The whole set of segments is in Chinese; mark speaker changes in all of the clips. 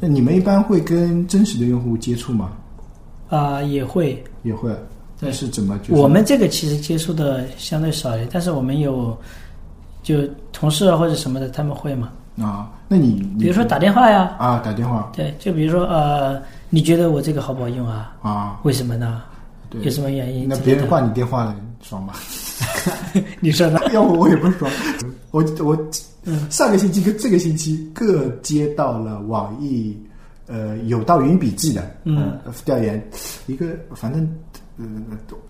Speaker 1: 那你们一般会跟真实的用户接触吗？
Speaker 2: 啊、也会，
Speaker 1: 也会，但是怎么就是
Speaker 2: 我们这个其实接触的相对少一点，但是我们有就同事啊或者什么的，他们会嘛，
Speaker 1: 啊？那你你
Speaker 2: 比如说打电话呀，
Speaker 1: 啊打电话
Speaker 2: 对，就比如说呃，你觉得我这个好不好用啊？
Speaker 1: 啊，
Speaker 2: 为什么呢？
Speaker 1: 对
Speaker 2: 有，什么原因？
Speaker 1: 那别人挂你电话了，爽吗？
Speaker 2: 你说呢？
Speaker 1: 要不我也不爽。我我
Speaker 2: 嗯
Speaker 1: 上个星期跟这个星期各接到了网易呃有道云笔记的
Speaker 2: 嗯
Speaker 1: 呃调研，一个反正。呃，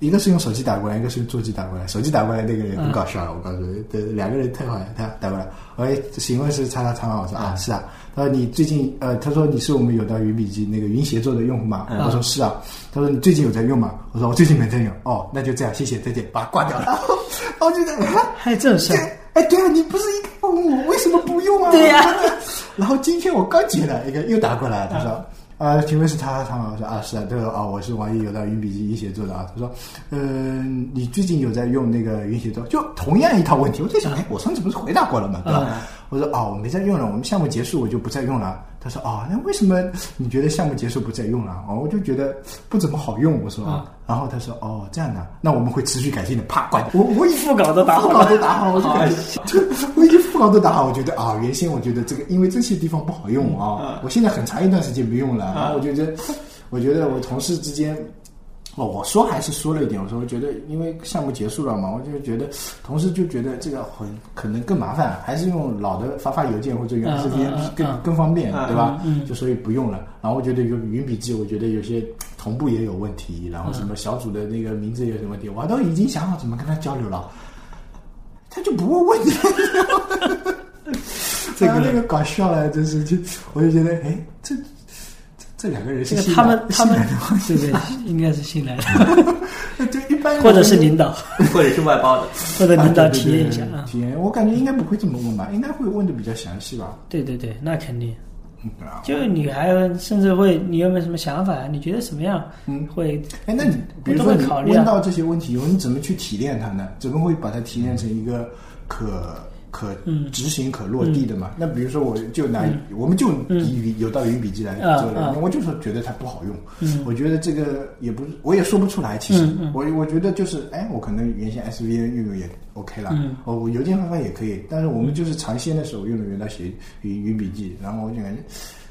Speaker 1: 一个是用手机打过来，一个是用座机打过来。手机打过来那个也很搞笑，我告诉你，对，两个人太好了，他打过来，哎喂，询问是叉叉叉吗？我说啊，是啊。他说你最近呃，他说你是我们有道云笔记那个云协作的用户吗？我说是啊。他说你最近有在用吗？我说我最近没在用。哦，那就这样，谢谢，再见，把它挂掉了。 然后我觉得啊，
Speaker 2: 还有这种事
Speaker 1: 对
Speaker 2: 儿？，
Speaker 1: 哎，对啊，你不是应该问我为什么不用啊？
Speaker 2: 对呀
Speaker 1: 然后今天我刚接了一个又打过来，他说。啊，请问是他他吗？我说啊，是啊，他说啊，我是网易有道云笔记云协作的啊。他说，嗯、你最近有在用那个云协作？就同样一套问题，我在
Speaker 2: 啊
Speaker 1: 想，哎，我上次不是回答过了嘛，对吧？
Speaker 2: 嗯
Speaker 1: 我说哦，我没在用了，我们项目结束我就不再用了。他说哦，那为什么你觉得项目结束不再用了？哦，我就觉得不怎么好用。我说，
Speaker 2: 啊
Speaker 1: 然后他说哦，这样的，那我们会持续改进的。啪，关掉。我我已
Speaker 2: 副稿都打
Speaker 1: 副
Speaker 2: 好了
Speaker 1: 稿都打好了，我就 感觉，我已经副稿都打好，我觉得啊，原先我觉得这个因为这些地方不好用
Speaker 2: 嗯
Speaker 1: 啊，我现在很长一段时间不用了，然后我就觉得，我觉得我同事之间。哦，我说还是说了一点，我说我觉得因为项目结束了嘛，我就觉得同事就觉得这个很可能更麻烦，还是用老的发发邮件或者用
Speaker 2: 嗯
Speaker 1: S V N
Speaker 2: 嗯嗯
Speaker 1: 更
Speaker 2: 嗯
Speaker 1: 更方便，
Speaker 3: 嗯
Speaker 1: 对吧？
Speaker 2: 嗯
Speaker 1: 就所以不用了。然后我觉得有云笔记，我觉得有些同步也有问题，然
Speaker 2: 嗯
Speaker 1: 后什么小组的那个名字也有什么问题，我都已经想好怎么跟他交流了，他就不会问你。
Speaker 2: 这个
Speaker 1: 哎呀那个搞笑了，真是就我就觉得，哎，这这这两个人
Speaker 2: 这
Speaker 1: 是
Speaker 2: 个
Speaker 1: 新
Speaker 2: 他
Speaker 1: 来
Speaker 2: 们他们
Speaker 1: 新来的吗
Speaker 2: 对对，应该是新来的，
Speaker 1: 对一般人
Speaker 2: 或者是领导，
Speaker 3: 或者是外包的。
Speaker 2: 或者领导
Speaker 1: 啊对对
Speaker 2: 体验一下
Speaker 1: 对
Speaker 2: 啊。
Speaker 1: 体验，我感觉应该不会这么问吧，应该会问的比较详细吧。
Speaker 2: 对对对，那肯定。
Speaker 1: 嗯对啊
Speaker 2: 就你还甚至会，你有没有什么想法？啊你觉得什么样
Speaker 1: 嗯
Speaker 2: 会？
Speaker 1: 哎，那你比如
Speaker 2: 我
Speaker 1: 说你
Speaker 2: 都会考虑啊
Speaker 1: 问到这些问题以后，你怎么去提炼它呢？怎么会把它提炼成一个可可
Speaker 2: 嗯
Speaker 1: 执行、可落地的嘛？那比如说，我就拿我们就以云有道云笔记来
Speaker 2: 嗯啊
Speaker 1: 做了
Speaker 2: 啊，
Speaker 1: 我就是觉得它不好用。
Speaker 2: 嗯
Speaker 1: 我觉得这个也不是，我也说不出来。其实
Speaker 2: 嗯嗯
Speaker 1: 我我觉得就是，哎，我可能原先 SVN 用用也 OK 了
Speaker 2: 嗯，
Speaker 1: 哦，我邮件发发也可以，但是我们就是尝鲜的时候用了原来写云云笔记，然后我就感觉。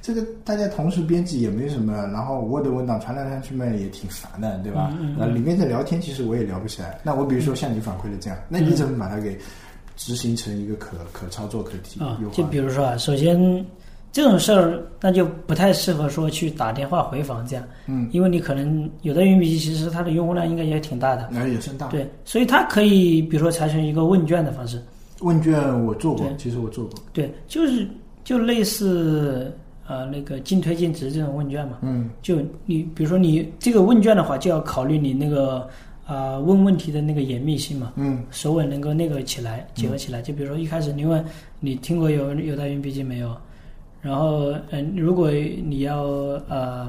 Speaker 1: 这个大家同时编辑也没什么，然后 Word 文档传来传去嘛也挺烦的，对吧？
Speaker 2: 嗯嗯嗯
Speaker 1: 那里面的聊天其实我也聊不起来。那我比如说像你反馈的这样，那你怎么把它给执行成一个可可操作、可体
Speaker 2: 啊
Speaker 1: 优，
Speaker 2: 就
Speaker 1: 化
Speaker 2: 比？如说啊，首先这种事儿，那就不太适合说去打电话回访这样，
Speaker 1: 嗯，
Speaker 2: 因为你可能有的云笔记其实它的用户量应该也挺大的，
Speaker 1: 那也算大。
Speaker 2: 对，所以它可以比如说采取一个问卷的方式，
Speaker 1: 问卷我做过，
Speaker 2: 对
Speaker 1: 其实我做过。
Speaker 2: 对，就是就类似呃那个进推进值这种问卷嘛，
Speaker 1: 嗯
Speaker 2: 就你比如说你这个问卷的话，就要考虑你那个啊、呃问问题的那个严密性嘛，
Speaker 1: 嗯
Speaker 2: 首尾能够那个起来，结合起来。就比如说一开始你问你听过有有道云笔记没有，然后嗯、呃如果你要呃，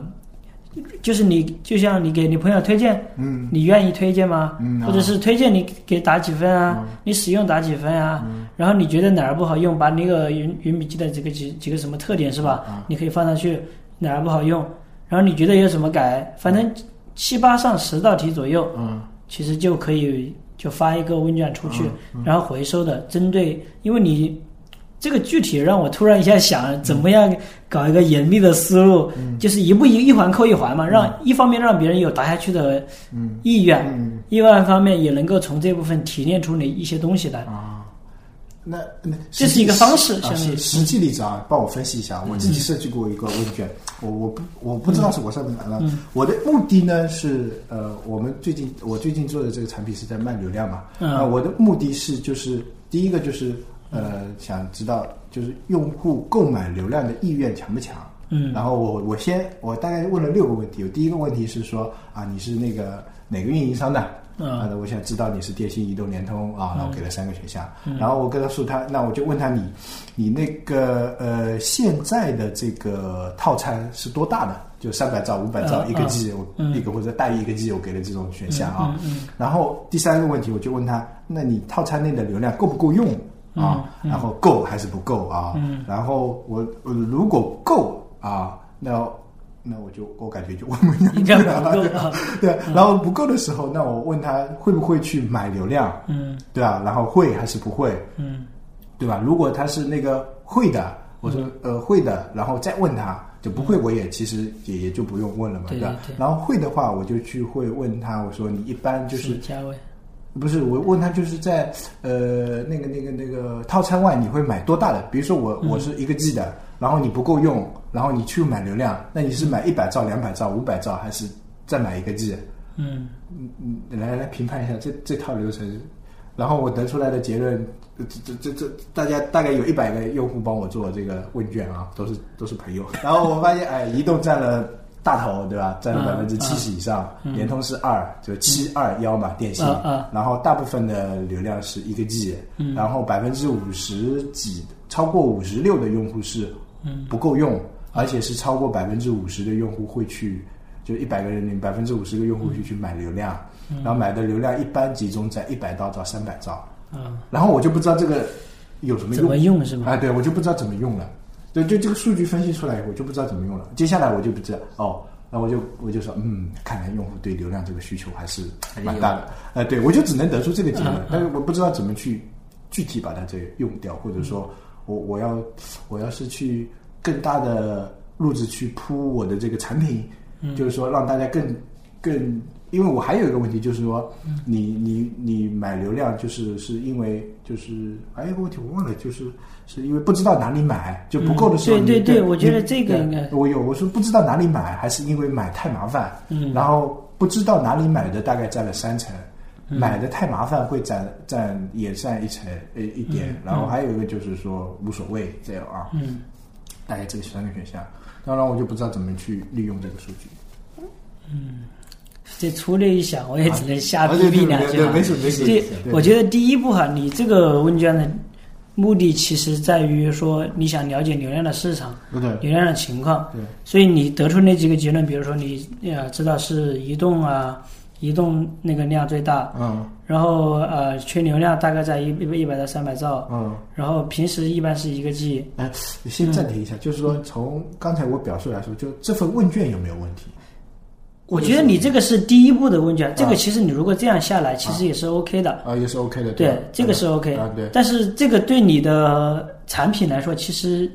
Speaker 2: 就是你就像你给你朋友推荐，
Speaker 1: 嗯
Speaker 2: 你愿意推荐吗？
Speaker 1: 嗯啊
Speaker 2: 或者是推荐你给打几分啊？你使用打几分啊？
Speaker 1: 嗯
Speaker 2: 然后你觉得哪儿不好用，把那个云云笔记的这个几几个什么特点是吧？
Speaker 1: 啊
Speaker 2: 你可以放上去，哪儿不好用，然后你觉得有什么改，反正七八上十道题左右，
Speaker 1: 嗯
Speaker 2: 其实就可以就发一个问卷出去，
Speaker 1: 嗯
Speaker 2: 然后回收的针对，因为你这个具体让我突然一下想，怎么样搞一个严密的思路，
Speaker 1: 嗯
Speaker 2: 就是一步一一环扣一环嘛，让、一方面让别人有答下去的
Speaker 1: 嗯
Speaker 2: 意愿，
Speaker 1: 嗯
Speaker 2: 另外一方面也能够从这部分提炼出你一些东西来。
Speaker 1: 啊。那那
Speaker 2: 这是一个方式
Speaker 1: 啊
Speaker 2: 相当
Speaker 1: 实
Speaker 2: 于嗯
Speaker 1: 实际例子啊，帮我分析一下。我自己设计过一个问卷，我我不我不知道是我上面哪了。
Speaker 2: 嗯
Speaker 1: 我的目的呢是呃，我们最近我最近做的这个产品是在卖流量嘛，
Speaker 2: 嗯
Speaker 1: 啊，我的目的是就是第一个就是呃，想知道就是用户购买流量的意愿强不强。
Speaker 2: 嗯
Speaker 1: 然后啊我我先我大概问了六个问题，我第一个问题是说啊，你是那个哪个运营商的？
Speaker 2: 嗯
Speaker 1: 啊，那我想知道你是电信、移动、联通啊，然后给了三个选项，
Speaker 2: 嗯
Speaker 1: 然后我告诉他，那我就问他你你那个呃现在的这个套餐是多大的？就三百兆、五百兆
Speaker 2: 嗯
Speaker 1: 一个 G，我
Speaker 2: 嗯
Speaker 1: 一个或者大于一个 G，我给了这种选项啊
Speaker 2: 嗯。嗯
Speaker 1: 然后第三个问题，我就问他，那你套餐内的流量够不够用
Speaker 2: 嗯
Speaker 1: 啊？然后够还是不够啊？然后我我如果够啊，那那我就我感觉就问不下
Speaker 2: 嗯应
Speaker 1: 去
Speaker 2: 该不
Speaker 1: 了，
Speaker 2: 够啊。
Speaker 1: 对，然后不够的时候，那我问他会不会去买流量，
Speaker 2: 嗯
Speaker 1: 对吧、然后会还是不会，
Speaker 2: 嗯
Speaker 1: 对吧？如果他是那个会的，我说、
Speaker 2: 嗯
Speaker 1: 呃会的，然后再问他就不会，我也其实也也就不用问了嘛，
Speaker 2: 对
Speaker 1: 吧？
Speaker 2: 对对
Speaker 1: 然后会的话，我就去会问他，我说你一般就
Speaker 2: 什
Speaker 1: 是
Speaker 2: 么价位？
Speaker 1: 不是我问他就是在呃那个那个那个套餐外你会买多大的？比如说
Speaker 2: 嗯
Speaker 1: 我我是一个 G 的，然后你不够用，然后你去买流量，那你是买一百兆、两百兆、五百兆，还是再买一个 G？
Speaker 2: 嗯
Speaker 1: 嗯嗯，来来评判一下这这套流程，然后我得出来的结论，呃这这这这大家大概有一百个用户帮我做这个问卷啊，都是都是朋友，然后我发现哎，移动占了大头，对吧？占了百分
Speaker 2: 嗯
Speaker 1: 之七十以上，
Speaker 2: 嗯
Speaker 1: 联通是二，就七二幺嘛，电信，
Speaker 2: 啊啊
Speaker 1: 然后大部分的流量是一个 G，、
Speaker 2: 嗯
Speaker 1: 然后百分之五十几，超过五十六的用户是
Speaker 2: 嗯
Speaker 1: 不够用，而且是超过百分之五十的用户会去，就一百个人里百分之五十个用户去去买流量，
Speaker 2: 嗯
Speaker 1: 然后买的流量一般集中在一百兆到三百兆，
Speaker 2: 啊，
Speaker 1: 然后我就不知道这个有什么
Speaker 2: 怎么
Speaker 1: 用
Speaker 2: 用是吧？
Speaker 1: 啊？对，我就不知道怎么用了，对，就这个数据分析出来以后，我就不知道怎么用了。接下来我就不知道哦。那我就我就说，嗯，看来用户对流量这个需求还是蛮大的。呃，对我就只能得出这个结论
Speaker 2: 嗯嗯，
Speaker 1: 但是我不知道怎么去具体把它这个用掉，或者说我我要我要是去更大的路子去铺我的这个产品，就是说让大家更更，因为我还有一个问题就是说，
Speaker 2: 嗯
Speaker 1: 你你你买流量就是是因为就是还有一个问题我忘了，就是是因为不知道哪里买就不够的时候
Speaker 2: 嗯
Speaker 1: 你，
Speaker 2: 对对对
Speaker 1: 你
Speaker 2: 我觉得这个
Speaker 1: 对
Speaker 2: 应该
Speaker 1: 我有我说不知道哪里买，还是因为买太麻烦，
Speaker 2: 嗯
Speaker 1: 然后不知道哪里买的大概占了三成，
Speaker 2: 嗯
Speaker 1: 买的太麻烦会占占也占一成呃一点，
Speaker 2: 嗯
Speaker 1: 然后还有一个就是说无所谓这样啊，
Speaker 2: 嗯
Speaker 1: 大概这三个选项，当然我就不知道怎么去利用这个数据，
Speaker 2: 这粗略一想，我也只能瞎逼
Speaker 1: 啊对
Speaker 2: 逼
Speaker 1: 对
Speaker 2: 两
Speaker 1: 对
Speaker 2: 句
Speaker 1: 对
Speaker 2: 了。
Speaker 1: 没事没事，
Speaker 2: 这
Speaker 1: 对
Speaker 2: 我觉得第一步哈，你这个问卷的目的其实在于说你想了解流量的市场、
Speaker 1: 不对
Speaker 2: 流量的情况，
Speaker 1: 对
Speaker 2: 所以你得出那几个结论，比如说你呃知道是移动啊，移动那个量最大，
Speaker 1: 嗯
Speaker 2: 然后呃缺流量大概在一一百到三百兆，
Speaker 1: 嗯。
Speaker 2: 然后平时一般是一个 G，
Speaker 1: 哎，先暂停一下，就是说，从刚才我表述来说，就这份问卷有没有问题？
Speaker 2: 我觉得你这个是第一步的问卷
Speaker 1: 啊，
Speaker 2: 这个其实你如果这样下来，其实也是 OK 的。
Speaker 1: 啊，也是 OK 的，吧
Speaker 2: 对，这个是 OK
Speaker 1: 啊，对，
Speaker 2: 但是这个对你的产品来说，其实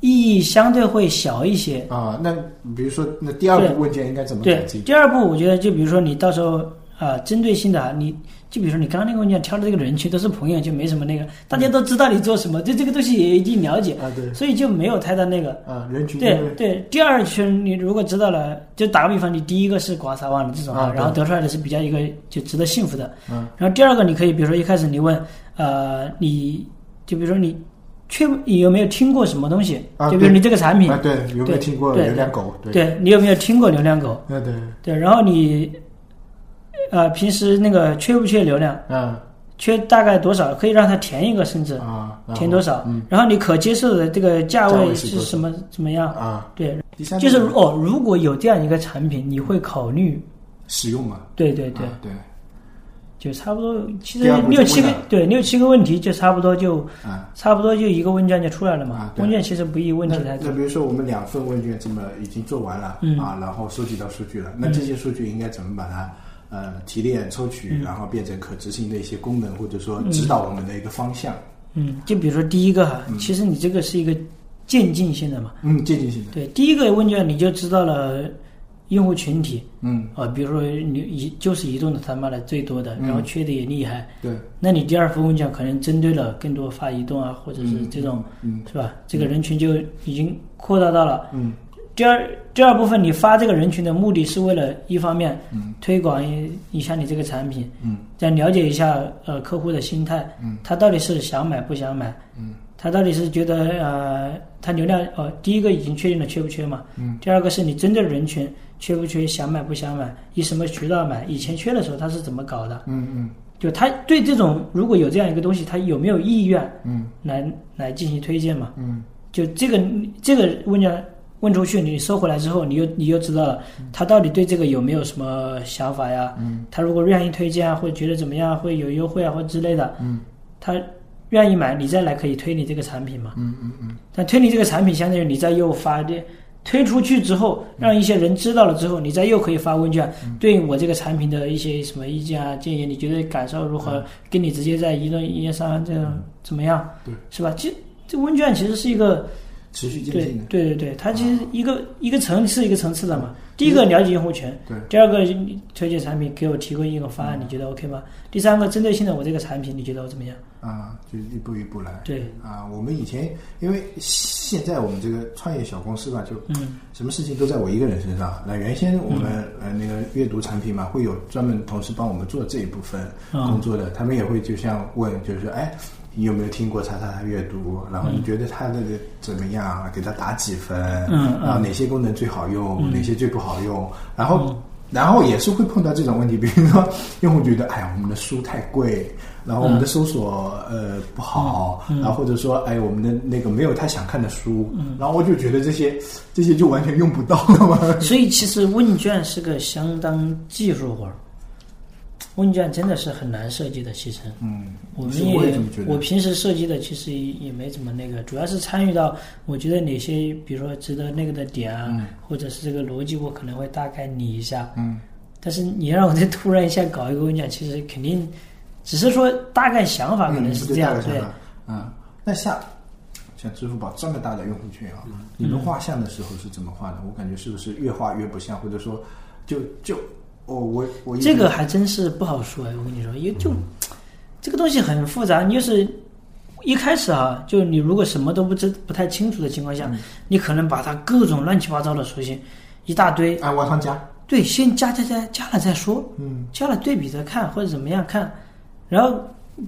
Speaker 2: 意义相对会小一些。
Speaker 1: 啊，那比如说，那第二步问卷应该怎么改
Speaker 2: 对
Speaker 1: 进，？
Speaker 2: 第二步，我觉得就比如说你到时候啊、呃针对性的啊，你就比如说你刚刚那个问卷挑的这个人群都是朋友，就没什么那个，大家都知道你做什么，对这个东西也一定了解，
Speaker 1: 啊，对，
Speaker 2: 所以就没有太大那个。
Speaker 1: 啊，人群
Speaker 2: 对
Speaker 1: 因为
Speaker 2: 对，第二圈你如果知道了，就打个比方，你第一个是广撒网的这种
Speaker 1: 啊
Speaker 2: 啊，
Speaker 1: 对
Speaker 2: 然后得出来的是比较一个就值得幸福的。
Speaker 1: 嗯。
Speaker 2: 然后第二个，你可以比如说一开始你问，呃，你就比如说你确你有没有听过什么东西？
Speaker 1: 啊
Speaker 2: 就比如你这个产品，
Speaker 1: 啊，对，有没有
Speaker 2: 对
Speaker 1: 听过
Speaker 2: 对
Speaker 1: 流量狗？对，
Speaker 2: 对你有没有听过流量狗？
Speaker 1: 啊，对，
Speaker 2: 对，然后你，呃，平时那个缺不缺流量？
Speaker 1: 嗯
Speaker 2: 缺大概多少？可以让他填一个，甚至
Speaker 1: 啊，然后
Speaker 2: 填多少？
Speaker 1: 嗯
Speaker 2: 然后你可接受的这个价
Speaker 1: 价
Speaker 2: 位
Speaker 1: 位是
Speaker 2: 是
Speaker 1: 多少
Speaker 2: 什么？怎么样？
Speaker 1: 啊，
Speaker 2: 对，
Speaker 1: 第三
Speaker 2: 就是
Speaker 1: 步
Speaker 2: 哦，如果有这样一个产品，你会考虑？
Speaker 1: 使用嘛，
Speaker 2: 对对对，
Speaker 1: 啊对，
Speaker 2: 就差不多。其
Speaker 1: 第
Speaker 2: 实
Speaker 1: 二步就
Speaker 2: 六七个
Speaker 1: 问了
Speaker 2: 对六七个问题就差不多就
Speaker 1: 啊，
Speaker 2: 差不多就一个问卷就出来了嘛。
Speaker 1: 啊对
Speaker 2: 问卷其实不易，问题
Speaker 1: 那
Speaker 2: 太多
Speaker 1: 那。比如说我们两份问卷这么已经做完了、
Speaker 2: 嗯
Speaker 1: 啊，然后收集到数据了，那这些数据应该怎么把它呃提炼、抽取，
Speaker 2: 嗯
Speaker 1: 然后变成可执行的一些功能，或者说指导我们的一个方向？
Speaker 2: 嗯，就比如说第一个哈，其实你这个是一个渐进性的嘛。
Speaker 1: 嗯，渐进性的，
Speaker 2: 对，第一个问卷你就知道了用户群体
Speaker 1: 嗯，
Speaker 2: 啊、比如说你移就是移动的他妈的最多的，然后缺的也厉害。
Speaker 1: 对，
Speaker 2: 那你第二份问卷可能针对了更多发移动啊，或者是
Speaker 1: 嗯
Speaker 2: 这种，
Speaker 1: 嗯
Speaker 2: 是吧？这个人群就已经扩大到了。
Speaker 1: 嗯
Speaker 2: 第二第二部分，你发这个人群的目的是为了一方面
Speaker 1: 嗯
Speaker 2: 推广一一下你这个产品，
Speaker 1: 嗯
Speaker 2: 再了解一下呃客户的心态，
Speaker 1: 嗯
Speaker 2: 他到底是想买不想买，
Speaker 1: 嗯
Speaker 2: 他到底是觉得呃他流量呃第一个已经确定了缺不缺嘛，
Speaker 1: 嗯
Speaker 2: 第二个是你针对人群缺不缺，想买不想买，以什么渠道买，以前缺的时候他是怎么搞的，
Speaker 1: 嗯嗯
Speaker 2: 就他对这种如果有这样一个东西，他有没有意愿
Speaker 1: 嗯
Speaker 2: 来来进行推荐嘛？
Speaker 1: 嗯
Speaker 2: 就这个这个问卷问出去，你收回来之后，你又你又知道了他到底对这个有没有什么想法呀？
Speaker 1: 嗯，
Speaker 2: 他如果愿意推荐啊，或者觉得怎么样，会有优惠啊，或之类的，
Speaker 1: 嗯，
Speaker 2: 他愿意买，你再来可以推你这个产品嘛。
Speaker 1: 嗯嗯嗯，
Speaker 2: 但推你这个产品，相当于你再又发这推出去之后，
Speaker 1: 嗯
Speaker 2: 让一些人知道了之后，你再又可以发问卷，对应我这个产品的一些什么意见啊、建议，你觉得感受
Speaker 1: 嗯
Speaker 2: 如何？跟你直接在一论一言上这样怎么样？
Speaker 1: 对，
Speaker 2: 是吧？其实这问卷其实是一个
Speaker 1: 持续
Speaker 2: 对
Speaker 1: 精
Speaker 2: 对
Speaker 1: 进的，啊嗯
Speaker 2: 对对，它其实一个一个层次一个层次的嘛。第一个了解用户群，
Speaker 1: 对
Speaker 2: 第二个你推荐产品，给我提供一个方案，你觉得 OK 吗？第三个针对性的我这个产品，你觉得我怎么样？
Speaker 1: 啊，就一步一步来。
Speaker 2: 对，
Speaker 1: 啊，我们以前因为现在我们这个创业小公司吧，就
Speaker 2: 嗯
Speaker 1: 什么事情都在我一个人身上。那原先我们呃那个阅读产品嘛，会有专门同事帮我们做这一部分
Speaker 2: 嗯
Speaker 1: 工作的，他们也会就像问，就是说，哎，你有没有听过查查阅读？然后你觉得它的怎么样？啊给它打几分？
Speaker 2: 嗯嗯
Speaker 1: 然后哪些功能最好用？哪些最不好用？然后。然后也是会碰到这种问题，比如说用户觉得，哎呀，我们的书太贵，然后我们的搜索、呃不好，
Speaker 2: 嗯
Speaker 1: 然后或者说，哎，我们的那个没有他想看的书，然后我就觉得这些这些就完全用不到了嘛。
Speaker 2: 嗯所以其实问卷是个相当技术活儿，问卷真的是很难设计的。其实
Speaker 1: 嗯，
Speaker 2: 我
Speaker 1: 是
Speaker 2: 们
Speaker 1: 我也
Speaker 2: 也
Speaker 1: 这么觉
Speaker 2: 我
Speaker 1: 得。
Speaker 2: 平时设计的其实也没怎么那个，主要是参与到我觉得哪些比如说值得那个的点啊，
Speaker 1: 嗯
Speaker 2: 或者是这个逻辑，我可能会大概理一下。
Speaker 1: 嗯，
Speaker 2: 但是你让我再突然一下搞一个问卷，其实肯定只是说大概想法可能
Speaker 1: 嗯
Speaker 2: 是
Speaker 1: 对
Speaker 2: 这样，
Speaker 1: 大概
Speaker 2: 对
Speaker 1: 想法嗯，那像像支付宝这么大的用户群
Speaker 2: 嗯
Speaker 1: 啊，你们画像的时候是怎么画的？我感觉是不是越画越不像，或者说就就我我我一直嗯
Speaker 2: 这个还真是不好说哎，我跟你说，也就、这个东西很复杂。你就是一开始啊，就你如果什么都不知不太清楚的情况下，
Speaker 1: 嗯
Speaker 2: 你可能把它各种乱七八糟的属性一大堆，
Speaker 1: 啊往上加，
Speaker 2: 对，先加加加加了再说，
Speaker 1: 嗯
Speaker 2: 加了对比着看或者怎么样看。然后，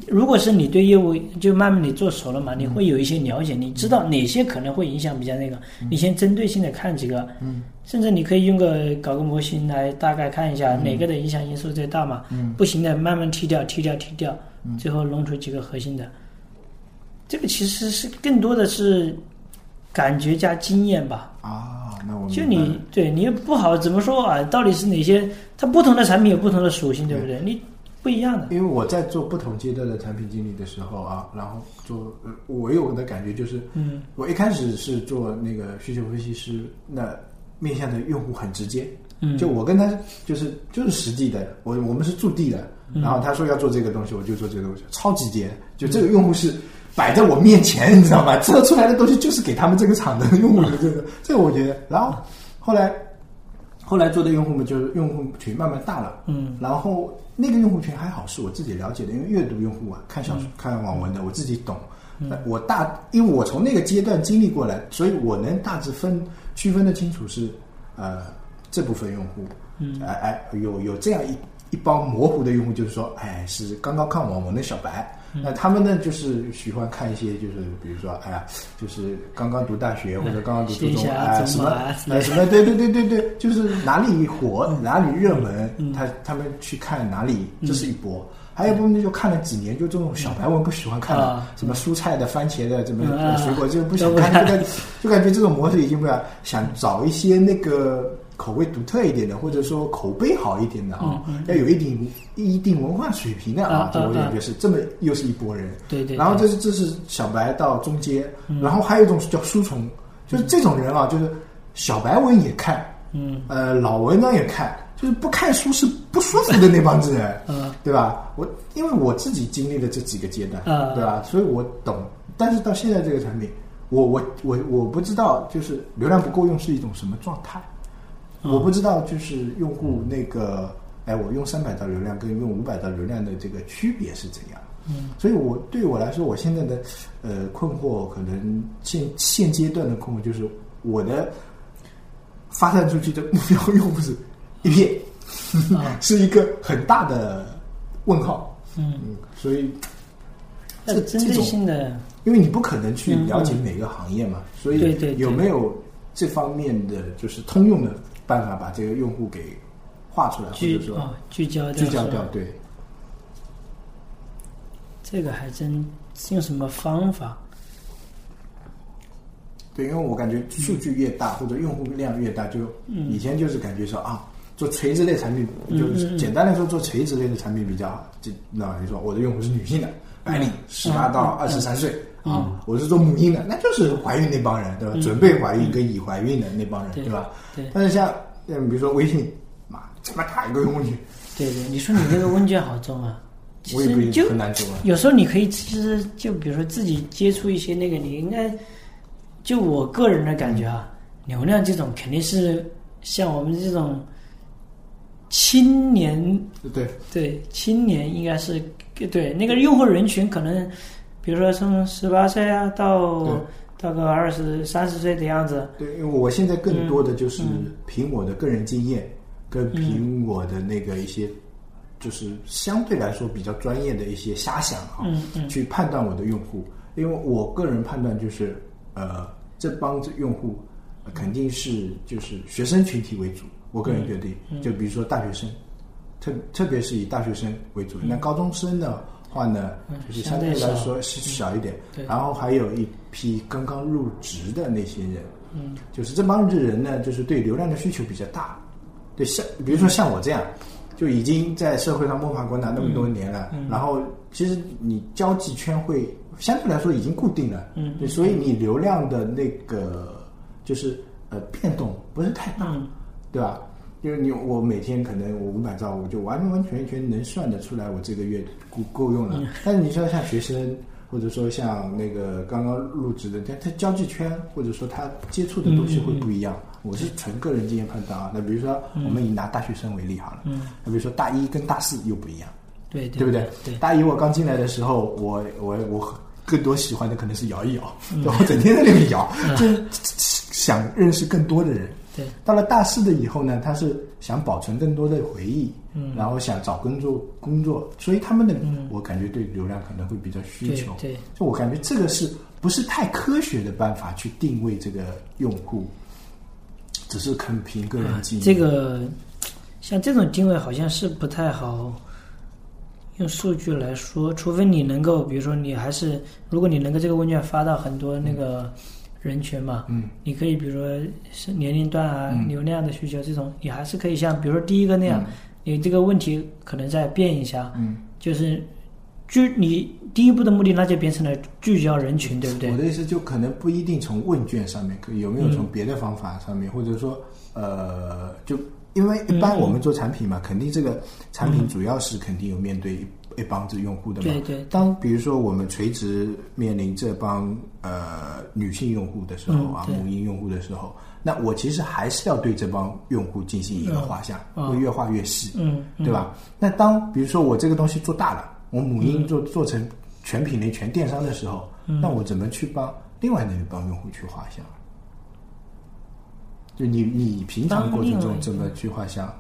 Speaker 2: 如果是你对业务就慢慢你做熟了嘛，
Speaker 1: 嗯
Speaker 2: 你会有一些了解，你知道哪些可能会影响比较那个，你先针对性的看几个，
Speaker 1: 嗯
Speaker 2: 甚至你可以用个搞个模型来大概看一下哪个的影响因素最大嘛，
Speaker 1: 嗯
Speaker 2: 不行的慢慢踢掉，踢掉，踢掉，最后弄出几个核心的。这个其实是更多的是感觉加经验吧，
Speaker 1: 啊，那我
Speaker 2: 就
Speaker 1: 明白了
Speaker 2: 你对你也不好怎么说啊？到底是哪些？它不同的产品有不同的属性，对不
Speaker 1: 嗯
Speaker 2: 对？你不一样的，
Speaker 1: 因为我在做不同阶段的产品经理的时候啊，然后做，呃我有我的感觉就是，
Speaker 2: 嗯
Speaker 1: 我一开始是做那个需求分析师，那面向的用户很直接，
Speaker 2: 嗯，
Speaker 1: 就我跟他就是就是实地的，我我们是驻地的，然后他说要做这个东西，我就做这个东西，超级接，就这个用户是摆在我面前，你知道吗？测出来的东西就是给他们这个厂的用户的这个，这个我觉得，然后后来后来做的用户们就是用户群慢慢大了。
Speaker 2: 嗯
Speaker 1: 然后那个用户群还好，是我自己了解的，因为阅读用户啊，看小
Speaker 2: 嗯
Speaker 1: 说、看网文的，我自己懂。那我大，因为我从那个阶段经历过来，所以我能大致分区分的清楚是，呃，这部分用户，
Speaker 2: 嗯
Speaker 1: 哎哎，有有这样一一帮模糊的用户，就是说，哎，是刚刚看网文的小白。
Speaker 2: 嗯
Speaker 1: 那他们呢，就是喜欢看一些，就是比如说，哎呀，就是刚刚读大 学或者刚刚读初
Speaker 2: 闲
Speaker 1: 中，
Speaker 2: 暇
Speaker 1: 哎，
Speaker 2: 走
Speaker 1: 什么
Speaker 2: 马啊之类
Speaker 1: 哎
Speaker 2: 的
Speaker 1: 什么，对对对对对，就是哪里火，
Speaker 2: 嗯
Speaker 1: 哪里热门，他他们去看哪里，这是一波。还有一部分就看了几年，就这种小白文不喜欢看了
Speaker 2: 啊，
Speaker 1: 什么蔬菜的、番茄的，怎么呃
Speaker 2: 嗯啊
Speaker 1: 水果就不
Speaker 2: 都
Speaker 1: 想
Speaker 2: 不
Speaker 1: 看，
Speaker 2: 看
Speaker 1: 就感就感觉这种模式已经不要想找一些那个口味独特一点的，或者说口碑好一点的啊，要有一定一定文化水平的啊
Speaker 2: 嗯啊，
Speaker 1: 这我
Speaker 2: 啊
Speaker 1: 感觉是这么又是一波人。
Speaker 2: 对对，
Speaker 1: 然后
Speaker 2: 对嗯
Speaker 1: 这是这是小白到中阶，然后还有一种叫书虫，就是这种人啊，就是小白文也看，
Speaker 2: 嗯
Speaker 1: 呃，老文章也看，就是不看书是不舒服的那帮子人，
Speaker 2: 呃
Speaker 1: 对吧？我因为我自己经历了这几个阶段，
Speaker 2: 啊
Speaker 1: 对吧？所以我懂。但是到现在这个产品，我我我我不知道，就是流量不够用是一种什么状态，
Speaker 2: 嗯
Speaker 1: 我不知道就是用户那个，哎，我用三百兆流量跟用五百兆流量的这个区别是怎样。
Speaker 2: 嗯
Speaker 1: 所以我对我来说，我现在的呃困惑，可能现现阶段的困惑就是我的发散出去的目标用户是一片，
Speaker 2: 啊
Speaker 1: 是一个很大的问号。
Speaker 2: 嗯，
Speaker 1: 嗯，所以
Speaker 2: 要
Speaker 1: 这
Speaker 2: 针对
Speaker 1: 这种
Speaker 2: 性的，
Speaker 1: 因为你不可能去了解每个行业嘛，所
Speaker 2: 对对
Speaker 1: 以
Speaker 2: 对
Speaker 1: 有没有这方面的就是通用的办法把这个用户给画出来，或
Speaker 2: 聚
Speaker 1: 者说
Speaker 2: 啊聚焦
Speaker 1: 聚焦
Speaker 2: 是吧
Speaker 1: 掉？对，
Speaker 2: 这个还真用什么方法？
Speaker 1: 对，因为我感觉数据越大、或者用户量越大，就以前就是感觉说啊，做垂直类产品，
Speaker 2: 嗯
Speaker 1: 就
Speaker 2: 嗯
Speaker 1: 是
Speaker 2: 嗯
Speaker 1: 简单来说，做垂直类的产品比较好。就那你说我的用户是女性的，白领，十八到
Speaker 2: 嗯嗯嗯
Speaker 1: 二十三岁，啊，我是做母婴的，那就是怀孕那帮人，对吧？准备怀孕跟已怀孕的那帮人，
Speaker 2: 对
Speaker 1: 对吧？
Speaker 2: 对
Speaker 1: 但是像呃比如说微信，妈这么大一个工具，
Speaker 2: 对对，你说你这个问卷好重啊，其
Speaker 1: 我也不
Speaker 2: 实
Speaker 1: 一
Speaker 2: 就
Speaker 1: 定很难做啊。
Speaker 2: 有时候你可以其实就比如说自己接触一些那个，你应该就我个人的感觉啊，流量这种肯定是像我们这种青年
Speaker 1: 对，
Speaker 2: 对青年应该是对那个用户人群可能，比如说从十八岁啊到
Speaker 1: 对
Speaker 2: 到个二十三十岁的样子，
Speaker 1: 对，因为我现在更多的就是
Speaker 2: 嗯
Speaker 1: 凭我的个人经验，跟凭我的那个一些，就是相对来说比较专业的一些瞎想啊，
Speaker 2: 嗯嗯
Speaker 1: 去判断我的用户。因为我个人判断就是，呃，这帮子用户呃肯定是就是学生群体为主。我
Speaker 2: 嗯
Speaker 1: 个人觉得，就比如说大学生，特特别是以大学生为主。那高中生的话呢
Speaker 2: 嗯，
Speaker 1: 就是
Speaker 2: 相
Speaker 1: 相
Speaker 2: 对
Speaker 1: 对来
Speaker 2: 少
Speaker 1: 说是少一点
Speaker 2: 对。
Speaker 1: 然后还有一批刚刚入职的那些人，
Speaker 2: 嗯
Speaker 1: 就是这帮人呢，就是对流量的需求比较大，对像比如说像我这样，就已经在社会上摸爬滚打那么多年了，
Speaker 2: 嗯嗯
Speaker 1: 然后其实你交际圈会相对来说已经固定了，
Speaker 2: 嗯
Speaker 1: 对，所以你流量的那个就是呃变动不是太大，
Speaker 2: 嗯
Speaker 1: 对吧？因为你我每天可能我五百兆，我就完完全全能算得出来，我这个月够够用了。
Speaker 2: 嗯
Speaker 1: 但是你说像学生，或者说像那个刚刚入职的，他他交际圈或者说他接触的东西会不一样。
Speaker 2: 嗯
Speaker 1: 我是纯个人经验判断啊。那比如说我们以拿大学生为例好了，
Speaker 2: 嗯，
Speaker 1: 那比如说大一跟大四又不一样，
Speaker 2: 对
Speaker 1: 对不对？
Speaker 2: 对
Speaker 1: 大一我刚进来的时候，我我我更多喜欢的可能是摇一摇，
Speaker 2: 嗯
Speaker 1: 对我整天在那里摇，就是想认识更多的人。
Speaker 2: 对，
Speaker 1: 到了大四的以后呢，他是想保存更多的回忆，
Speaker 2: 嗯
Speaker 1: 然后想找工作工作，所以他们的、
Speaker 2: 嗯
Speaker 1: 我感觉对流量可能会比较需求。
Speaker 2: 对对
Speaker 1: 就我感觉这个是不是太科学的办法去定位这个用户，只是肯凭个人
Speaker 2: 啊
Speaker 1: 经验。
Speaker 2: 这个像这种定位好像是不太好用数据来说，除非你能够，比如说你还是，如果你能够这个问卷发到很多那个人群嘛，
Speaker 1: 嗯，
Speaker 2: 你可以比如说是年龄段啊、
Speaker 1: 嗯
Speaker 2: 流量的需求这种，你还是可以像比如说第一个那样，你这个问题可能再变一下，
Speaker 1: 嗯，
Speaker 2: 就是聚你第一步的目的，那就变成了聚焦人群，对不对
Speaker 1: 我？的意思就可能不一定从问卷上面，可有没有从别的方法上面，
Speaker 2: 嗯
Speaker 1: 或者说呃，就因为一般我们做产品嘛，肯定这个产品主要是肯定有面对一一帮子用户的嘛。
Speaker 2: 对对
Speaker 1: 当比如说我们垂直面临这帮呃女性用户的时候啊，
Speaker 2: 嗯对
Speaker 1: 母婴用户的时候，那我其实还是要对这帮用户进行一个画像，
Speaker 2: 嗯
Speaker 1: 会越画越细。
Speaker 2: 嗯，嗯嗯
Speaker 1: 对？吧？那当比如说我这个东西做大了，我母婴做、做成全品类全电商的时候，那我怎么去帮另外那一帮用户去画像？啊就你你平常
Speaker 2: 帮
Speaker 1: 过程
Speaker 2: 另外
Speaker 1: 中
Speaker 2: 一
Speaker 1: 怎么去画像？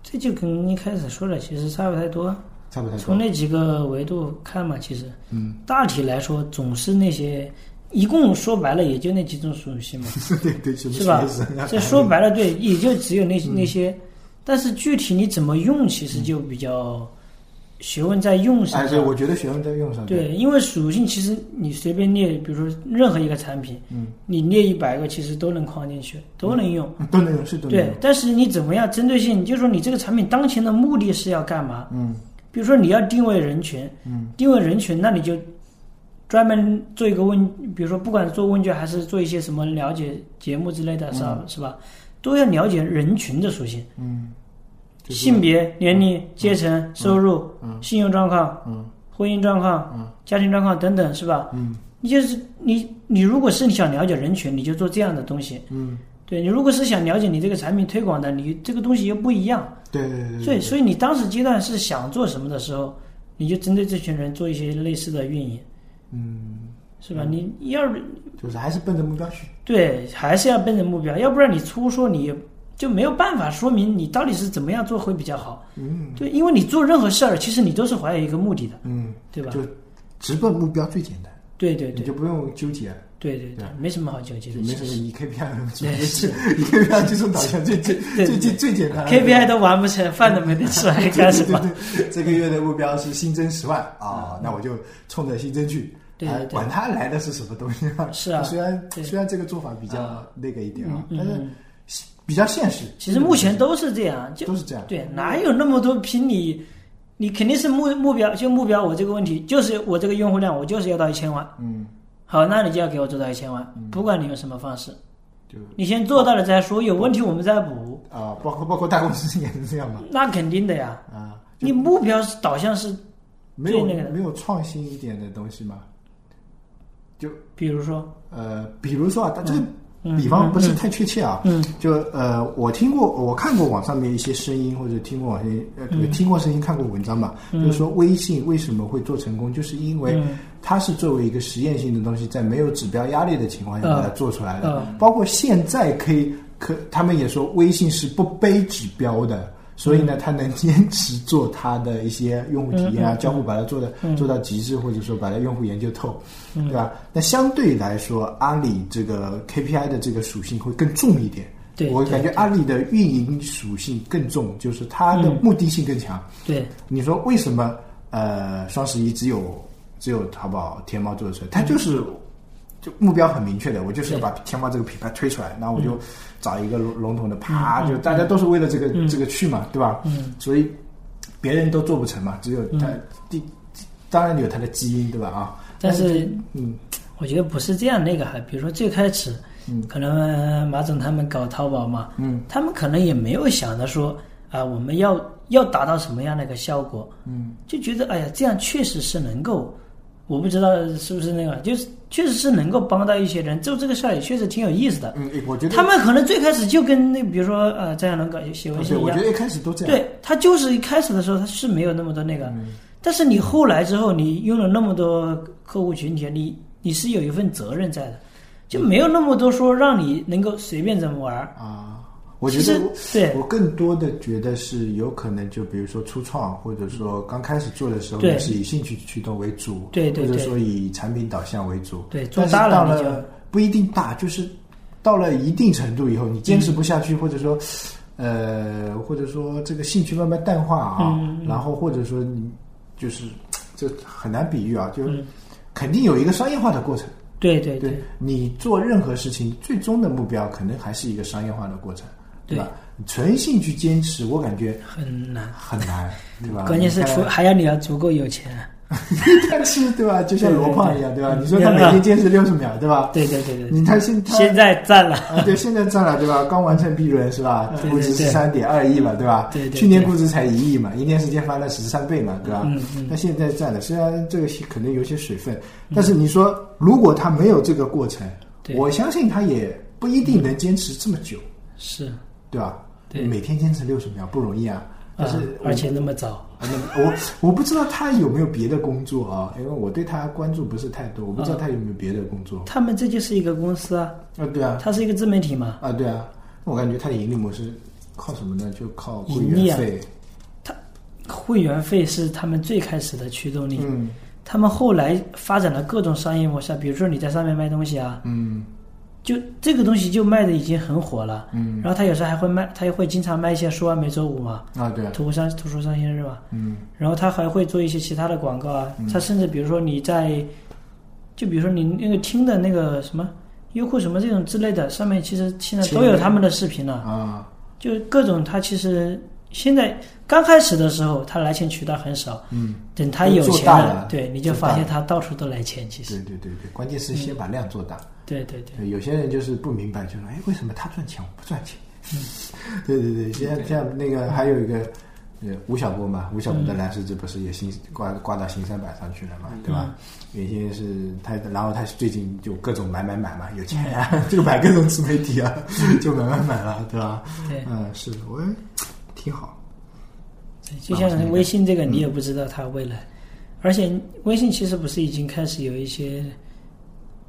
Speaker 2: 这就跟一开始说的其实差不太多。
Speaker 1: 差不太
Speaker 2: 从
Speaker 1: 多。
Speaker 2: 那几个维度看嘛，其实
Speaker 1: 嗯，
Speaker 2: 大体来说总是那些，一共说白了也就那几种属 性嘛，
Speaker 1: 对对，什么
Speaker 2: 是吧
Speaker 1: 学生啊？
Speaker 2: 这说白了，对，也就只有那
Speaker 1: 嗯
Speaker 2: 那些，但是具体你怎么用，其实就比较学问在用上
Speaker 1: 哎，。对，我觉得学生在用上面
Speaker 2: 对，因为属性其实你随便列，比如说任何一个产品，
Speaker 1: 嗯，
Speaker 2: 你列一百个其实都能框进去，都能用。
Speaker 1: 嗯都能用，是都能
Speaker 2: 对
Speaker 1: 用。，
Speaker 2: 但是你怎么样针对性，就是说你这个产品当前的目的是要干嘛？
Speaker 1: 嗯
Speaker 2: 比如说你要定位人群，
Speaker 1: 嗯，
Speaker 2: 定位人群，那你就专门做一个问，比如说不管是做问卷还是做一些什么了解节目之类的，是吧？是吧？都要了解人群的属性，
Speaker 1: 嗯，就是
Speaker 2: 性别、年龄、阶层、收入、
Speaker 1: 嗯
Speaker 2: 信用状况、
Speaker 1: 嗯
Speaker 2: 婚姻状况、
Speaker 1: 嗯
Speaker 2: 家庭状况等等，是吧？
Speaker 1: 嗯
Speaker 2: 你就是你，你如果是想了解人群，你就做这样的东西。
Speaker 1: 嗯，
Speaker 2: 对你如果是想了解你这个产品推广的，你这个东西又不一样。
Speaker 1: 对对对
Speaker 2: 所以，
Speaker 1: 对，
Speaker 2: 所以你当时阶段是想做什么的时候，你就针对这群人做一些类似的运营，
Speaker 1: 嗯，
Speaker 2: 是吧？你要是
Speaker 1: 就是还是奔着目标去。
Speaker 2: 对，还是要奔着目标，要不然你粗说你就没有办法说明你到底是怎么样做会比较好。
Speaker 1: 嗯
Speaker 2: 对，因为你做任何事儿，其实你都是怀有一个目的的，
Speaker 1: 嗯，
Speaker 2: 对吧？
Speaker 1: 就直奔目标最简单，
Speaker 2: 对对
Speaker 1: 你
Speaker 2: 对
Speaker 1: 就不用纠结。
Speaker 2: 对对对
Speaker 1: 对，
Speaker 2: 没什么好纠结的。
Speaker 1: 没
Speaker 2: 其
Speaker 1: 什
Speaker 2: 实
Speaker 1: 么， 以 KPI
Speaker 2: 对是
Speaker 1: 以 KPI 追踪导向最最
Speaker 2: 对
Speaker 1: 最最最简单的
Speaker 2: KPI 都完不成，饭都没得吃，还 干什么？
Speaker 1: 这个月的目标是新增十万啊，那我就冲着新增去，
Speaker 2: 嗯对
Speaker 1: 哎
Speaker 2: 对对
Speaker 1: 管他来的是什么东西啊？
Speaker 2: 是啊
Speaker 1: 虽然
Speaker 2: 对
Speaker 1: 虽然这个做法比较
Speaker 2: 啊
Speaker 1: 那个一点啊
Speaker 2: 嗯，
Speaker 1: 但
Speaker 2: 嗯
Speaker 1: 是
Speaker 2: 嗯，
Speaker 1: 比较现实。
Speaker 2: 其实目前都是这样，就
Speaker 1: 嗯都是这样，
Speaker 2: 对，哪有那么多凭你你肯定是目目标，就目标我这个问题就是我这个用户量，我就是要到一千万。
Speaker 1: 嗯，
Speaker 2: 好，那你就要给我做到一千万，不管你用什么方式，
Speaker 1: 就
Speaker 2: 你先做到了再说，有问题我们再补，
Speaker 1: 啊，包括包括大公司也是这样嘛，
Speaker 2: 那肯定的呀。
Speaker 1: 啊，嗯就
Speaker 2: 你目标是导向是，
Speaker 1: 没有
Speaker 2: 最那个的
Speaker 1: 没有创新一点的东西嘛，就
Speaker 2: 比如说，
Speaker 1: 呃，比如说啊，但这个
Speaker 2: 嗯
Speaker 1: 比方不是太确切啊，
Speaker 2: 嗯
Speaker 1: 就呃，我听过，我看过网上的一些声音，或者听过网上呃，对听过声音，看过文章嘛，
Speaker 2: 嗯
Speaker 1: 就是说微信为什么会做成功，就是因为
Speaker 2: 嗯
Speaker 1: 它是作为一个实验性的东西，在没有指标压力的情况下
Speaker 2: 嗯
Speaker 1: 把它呃做出来的
Speaker 2: 嗯。
Speaker 1: 包括现在可以，可他们也说微信是不背指标的。所以呢，它能坚持做它的一些用户体验啊，
Speaker 2: 嗯嗯嗯嗯
Speaker 1: 交互把它做的
Speaker 2: 嗯
Speaker 1: 做到极致，或者说把它用户研究透。对
Speaker 2: 嗯，
Speaker 1: 吧？那相对来说，阿里这个 KPI 的这个属性会更重一点。
Speaker 2: 对
Speaker 1: 我
Speaker 2: 对
Speaker 1: 感觉阿里的运营属性更重，就是它的
Speaker 2: 嗯
Speaker 1: 目的性更强。
Speaker 2: 对，
Speaker 1: 你说为什么？呃，双十一只有只有淘宝、天猫做得出来，
Speaker 2: 嗯
Speaker 1: 它就是就目标很明确的，我就是要把天猫这个品牌推出来，那我就找一个笼笼统的，啪，
Speaker 2: 嗯嗯嗯
Speaker 1: 就大家都是为了这个、
Speaker 2: 嗯
Speaker 1: 这个去嘛，对吧？
Speaker 2: 嗯
Speaker 1: 所以别人都做不成嘛，只有它第、当然有它的基因，对吧？啊，
Speaker 2: 但是
Speaker 1: 嗯。
Speaker 2: 我觉得不是这样那个还，比如说最开始，
Speaker 1: 嗯
Speaker 2: 可能呃马总他们搞淘宝嘛，
Speaker 1: 嗯
Speaker 2: 他们可能也没有想着说啊、我们要要达到什么样的一个效果，
Speaker 1: 嗯
Speaker 2: 就觉得哎呀，这样确实是能够，我不知道是不是那个，就是确实是能够帮到一些人，做这个事儿也确实挺有意思的。
Speaker 1: 嗯，我觉得啊
Speaker 2: 他们可能最开始就跟那比如说呃张小龙搞写微
Speaker 1: 对，
Speaker 2: 信一
Speaker 1: 我
Speaker 2: 样
Speaker 1: 觉，得一开始都这样。
Speaker 2: 对他就是一开始的时候他是没有那么多那个，
Speaker 1: 嗯
Speaker 2: 但是你后来之后，你用了那么多客户群体，你你是有一份责任在的，就没有那么多说让你能够随便怎么玩儿。
Speaker 1: 啊，我觉
Speaker 2: 其实
Speaker 1: 得
Speaker 2: 对
Speaker 1: 我更多的觉得是有可能，就比如说初创，或者说刚开始做的时候，
Speaker 2: 对
Speaker 1: 是以兴趣驱动为主，
Speaker 2: 对对
Speaker 1: 或者
Speaker 2: 对
Speaker 1: 说以产品导向为主。
Speaker 2: 对
Speaker 1: 但
Speaker 2: 做
Speaker 1: 是
Speaker 2: 大
Speaker 1: 到
Speaker 2: 了你就
Speaker 1: 了不一定大，就是到了一定程度以后，你坚持不下去，或者说。呃，或者说这个兴趣慢慢淡化啊，
Speaker 2: 嗯嗯嗯
Speaker 1: 然后或者说你就是这很难比喻啊，就
Speaker 2: 嗯，
Speaker 1: 肯定有一个商业化的过程。
Speaker 2: 对对
Speaker 1: 对你做任何事情，最终的目标可能还是一个商业化的过程，对吧？纯兴趣坚持，我感觉
Speaker 2: 很难。
Speaker 1: 很 难，对吧？
Speaker 2: 关键是
Speaker 1: 啊你看
Speaker 2: 除还要你要足够有钱。
Speaker 1: 但是对吧？就像罗胖一样，对吧？
Speaker 2: 对
Speaker 1: 你说他每
Speaker 2: 对
Speaker 1: 天坚持六十秒，对吧？
Speaker 2: 对对对对，
Speaker 1: 你看现他
Speaker 2: 现在占了。
Speaker 1: 啊，对，现在赚了，对吧？刚完成 B 轮是吧？
Speaker 2: 对对
Speaker 1: 估值
Speaker 2: 对
Speaker 1: 是三点二亿嘛，对吧？
Speaker 2: 对对对
Speaker 1: 去年估值才一亿嘛，一年时间翻了十三倍嘛，对吧？
Speaker 2: 嗯嗯
Speaker 1: 那现在赚了，虽然这个可能有些水分，但是你说如果他没有这个过程，
Speaker 2: 对
Speaker 1: 我相信他也不一定能坚持这么久，
Speaker 2: 是，
Speaker 1: 对吧？
Speaker 2: 对
Speaker 1: 每天坚持六十秒不容易啊。但是
Speaker 2: 嗯
Speaker 1: 我
Speaker 2: 而且那么早，
Speaker 1: 啊那我我不知道他有没有别的工作啊，因为我对他关注不是太
Speaker 2: 啊
Speaker 1: 多，我不知道他有没有别的工作。
Speaker 2: 他们这就是一个公司啊，
Speaker 1: 啊，对啊，
Speaker 2: 它是一个自媒体嘛，
Speaker 1: 啊，对啊，我感觉它的盈利模式靠什么呢？就靠会
Speaker 2: 盈利
Speaker 1: 员
Speaker 2: 啊
Speaker 1: 费。
Speaker 2: 会员费是他们最开始的驱动力。
Speaker 1: 嗯
Speaker 2: 他们后来发展了各种商业模式，啊比如说你在上面卖东西啊，
Speaker 1: 嗯
Speaker 2: 就这个东西就卖的已经很火了。
Speaker 1: 嗯
Speaker 2: 然后他有时候还会卖，他也会经常卖一些书啊，每周五嘛，
Speaker 1: 啊，对啊，
Speaker 2: 图书商图书上线日嘛。
Speaker 1: 嗯
Speaker 2: 然后他还会做一些其他的广告啊
Speaker 1: 嗯，
Speaker 2: 他甚至比如说你在，就比如说你那个听的那个什么优酷什么这种之类的，上面其实现在都有他们的视频了、
Speaker 1: 啊
Speaker 2: 就各种他其实现在刚开始的时候，他来钱渠道很少，
Speaker 1: 嗯，
Speaker 2: 等他有
Speaker 1: 做
Speaker 2: 钱
Speaker 1: 大了
Speaker 2: 对，你就
Speaker 1: 做大
Speaker 2: 发现
Speaker 1: 了
Speaker 2: 他到处都来钱，其
Speaker 1: 对
Speaker 2: 实，
Speaker 1: 对对对，关键是先把量做大。
Speaker 2: 对对对。
Speaker 1: 对，有些人就是不明白，就说哎，为什么他赚钱我不赚钱？ 对对嗯对，嗯现在像那个还有一个。呃，吴晓波嘛，吴晓波的蓝十字不是也新挂挂到新三板上去了嘛，对吧？原先是他，然后他最近就各种买买买嘛，有钱啊， 就买各种自媒体啊， 就买买买了，对吧？
Speaker 2: 对
Speaker 1: 嗯，是的，我也挺好。
Speaker 2: 对，就像微信这个，你也
Speaker 1: 嗯
Speaker 2: 不知道它未来，而且微信其实不是已经开始有一些，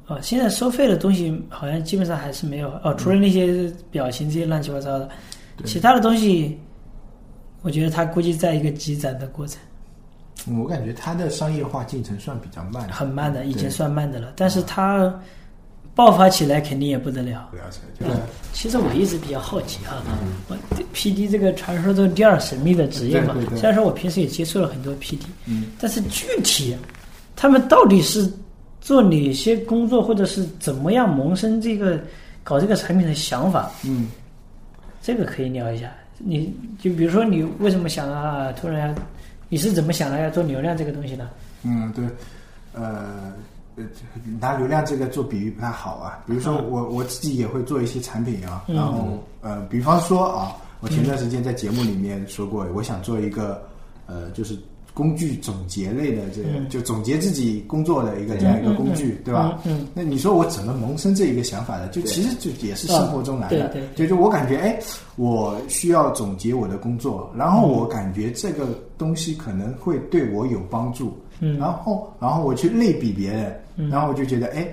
Speaker 2: 哦，现在收费的东西好像基本上还是没有哦，除了那些表情这些乱七八糟的，
Speaker 1: 嗯对
Speaker 2: 其他的东西，我觉得它估计在一个积攒的过程，
Speaker 1: 我感觉它的商业化进程算比较慢的，
Speaker 2: 很慢的，已经
Speaker 1: 对嗯
Speaker 2: 算慢的了，但是它爆发起来肯定也不得了。
Speaker 1: 不了解，对吧？
Speaker 2: 其实我一直比较好奇哈、我 PD 这个传说中第二神秘的职业
Speaker 1: 嗯
Speaker 2: 嘛
Speaker 1: 对对，对
Speaker 2: 虽然说我平时也接触了很多 PD，
Speaker 1: 嗯，
Speaker 2: 但是具体他们到底是做哪些工作，或者是怎么样萌生这个搞这个产品的想法，
Speaker 1: 嗯，
Speaker 2: 这个可以聊一下。你就比如说你为什么想啊，突然要你是怎么想的要做流量这个东西的？
Speaker 1: 嗯，对，呃，呃，拿流量这个做比喻不太好啊。比如
Speaker 2: 嗯
Speaker 1: 说我、我自己也会做一些产品啊，然后呃，比方说啊，我前段时间在节目里面说过，我想做一个呃，就是工具总结类的这个，
Speaker 2: 嗯
Speaker 1: 就总结自己工作的一个这样一个工具，对吧？
Speaker 2: 嗯？嗯，
Speaker 1: 那你说我怎么萌生这一个想法的？就其实就也是生活中来的
Speaker 2: 嗯，对对
Speaker 1: 就就我感觉，哎，我需要总结我的工作，然后我感觉这个东西可能会对我有帮助，
Speaker 2: 嗯
Speaker 1: 然后然后我去类比别人，
Speaker 2: 嗯
Speaker 1: 然后我就觉得，哎，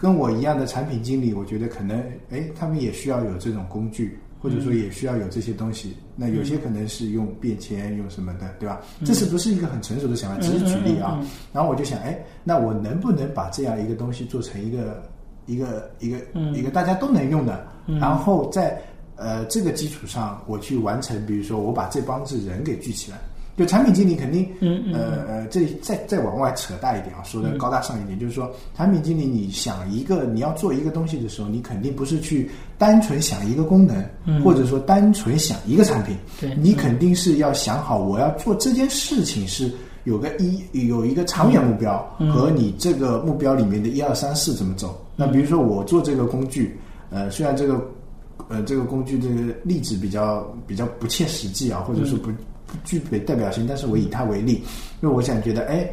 Speaker 1: 跟我一样的产品经理，我觉得可能，哎，他们也需要有这种工具。或者
Speaker 2: 嗯
Speaker 1: 说也需要有这些东西，那有些可能是用便签，用什么的，对吧？这是不是一个很成熟的想法？只是举例啊。
Speaker 2: 嗯嗯嗯嗯
Speaker 1: 然后我就想，哎，那我能不能把这样一个东西做成一个一个一个、
Speaker 2: 嗯
Speaker 1: 一个大家都能用的，
Speaker 2: 嗯
Speaker 1: 然后在呃这个基础上，我去完成，比如说我把这帮子人给聚起来。就产品经理肯定，
Speaker 2: 嗯嗯
Speaker 1: 呃呃，这里再再往外扯大一点啊，说的
Speaker 2: 嗯
Speaker 1: 高大上一点，就是说，产品经理你想一个你要做一个东西的时候，你肯定不是去单纯想一个功能，
Speaker 2: 嗯
Speaker 1: 或者说单纯想一个产品，
Speaker 2: 对
Speaker 1: 你肯定是要想好我要做这件事情是有个一有一个长远目标
Speaker 2: 嗯
Speaker 1: 和你这个目标里面的一二三四怎么走。那比如说我做这个工具，呃，虽然这个呃这个工具这个例子比较比较不切实际啊，或
Speaker 2: 嗯
Speaker 1: 者说不不具备代表性，但是我以它为例，因为我想觉得哎。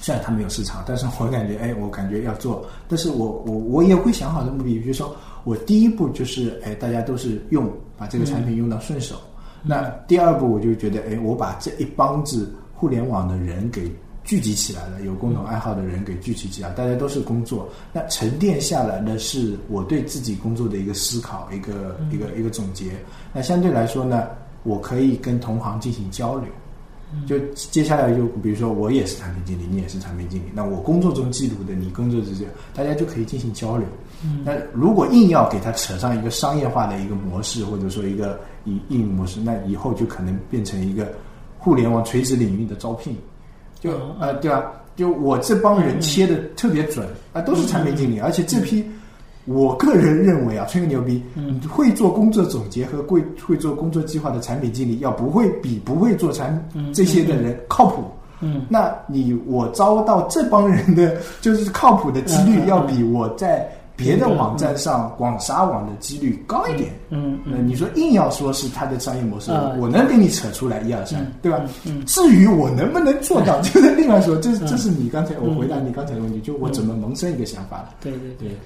Speaker 1: 虽然它没有市场，但是我感觉，哎，我感觉要做，但是我我我也会想好这么比，比如说我第一步就是，哎，大家都是用把这个产品用到顺手，那第二步我就觉得，哎，我把这一帮子互联网的人给聚集起来了，有共同爱好的人给聚集起来，大家都是工作，那沉淀下来的是我对自己工作的一个思考，一个一个一个总结。那相对来说呢，我可以跟同行进行交流。就接下来就比如说我也是产品经理，你也是产品经理，那我工作中记录的，你工作之间，大家就可以进行交流。那如果硬要给它扯上一个商业化的一个模式，或者说一个以应用模式，那以后就可能变成一个互联网垂直领域的招聘，就
Speaker 2: 嗯
Speaker 1: 呃对吧？就我这帮人
Speaker 2: 嗯
Speaker 1: 切的特别准啊、都是产品经理，而且这批。我个人认为啊，吹个牛逼，
Speaker 2: 嗯
Speaker 1: 会做工作总结和会会做工作计划的产品经理，要不会比不会做产
Speaker 2: 嗯
Speaker 1: 这些的人靠谱。
Speaker 2: 嗯
Speaker 1: 那你我招到这帮人的就是靠谱的几率
Speaker 2: 嗯，嗯
Speaker 1: 要比我在别的网站上广撒网的几率高一点。
Speaker 2: 嗯
Speaker 1: 那
Speaker 2: 嗯
Speaker 1: 你说硬要说是它的商业模式，
Speaker 2: 嗯
Speaker 1: 我能给你扯出来一二三
Speaker 2: 嗯，
Speaker 1: 对吧？
Speaker 2: 嗯
Speaker 1: 至于我能不能做 到，就是另外说。这这是你刚才我
Speaker 2: 嗯
Speaker 1: 回答你刚才的问题，就我怎么萌生一个想法的。
Speaker 2: 对对对，
Speaker 1: 对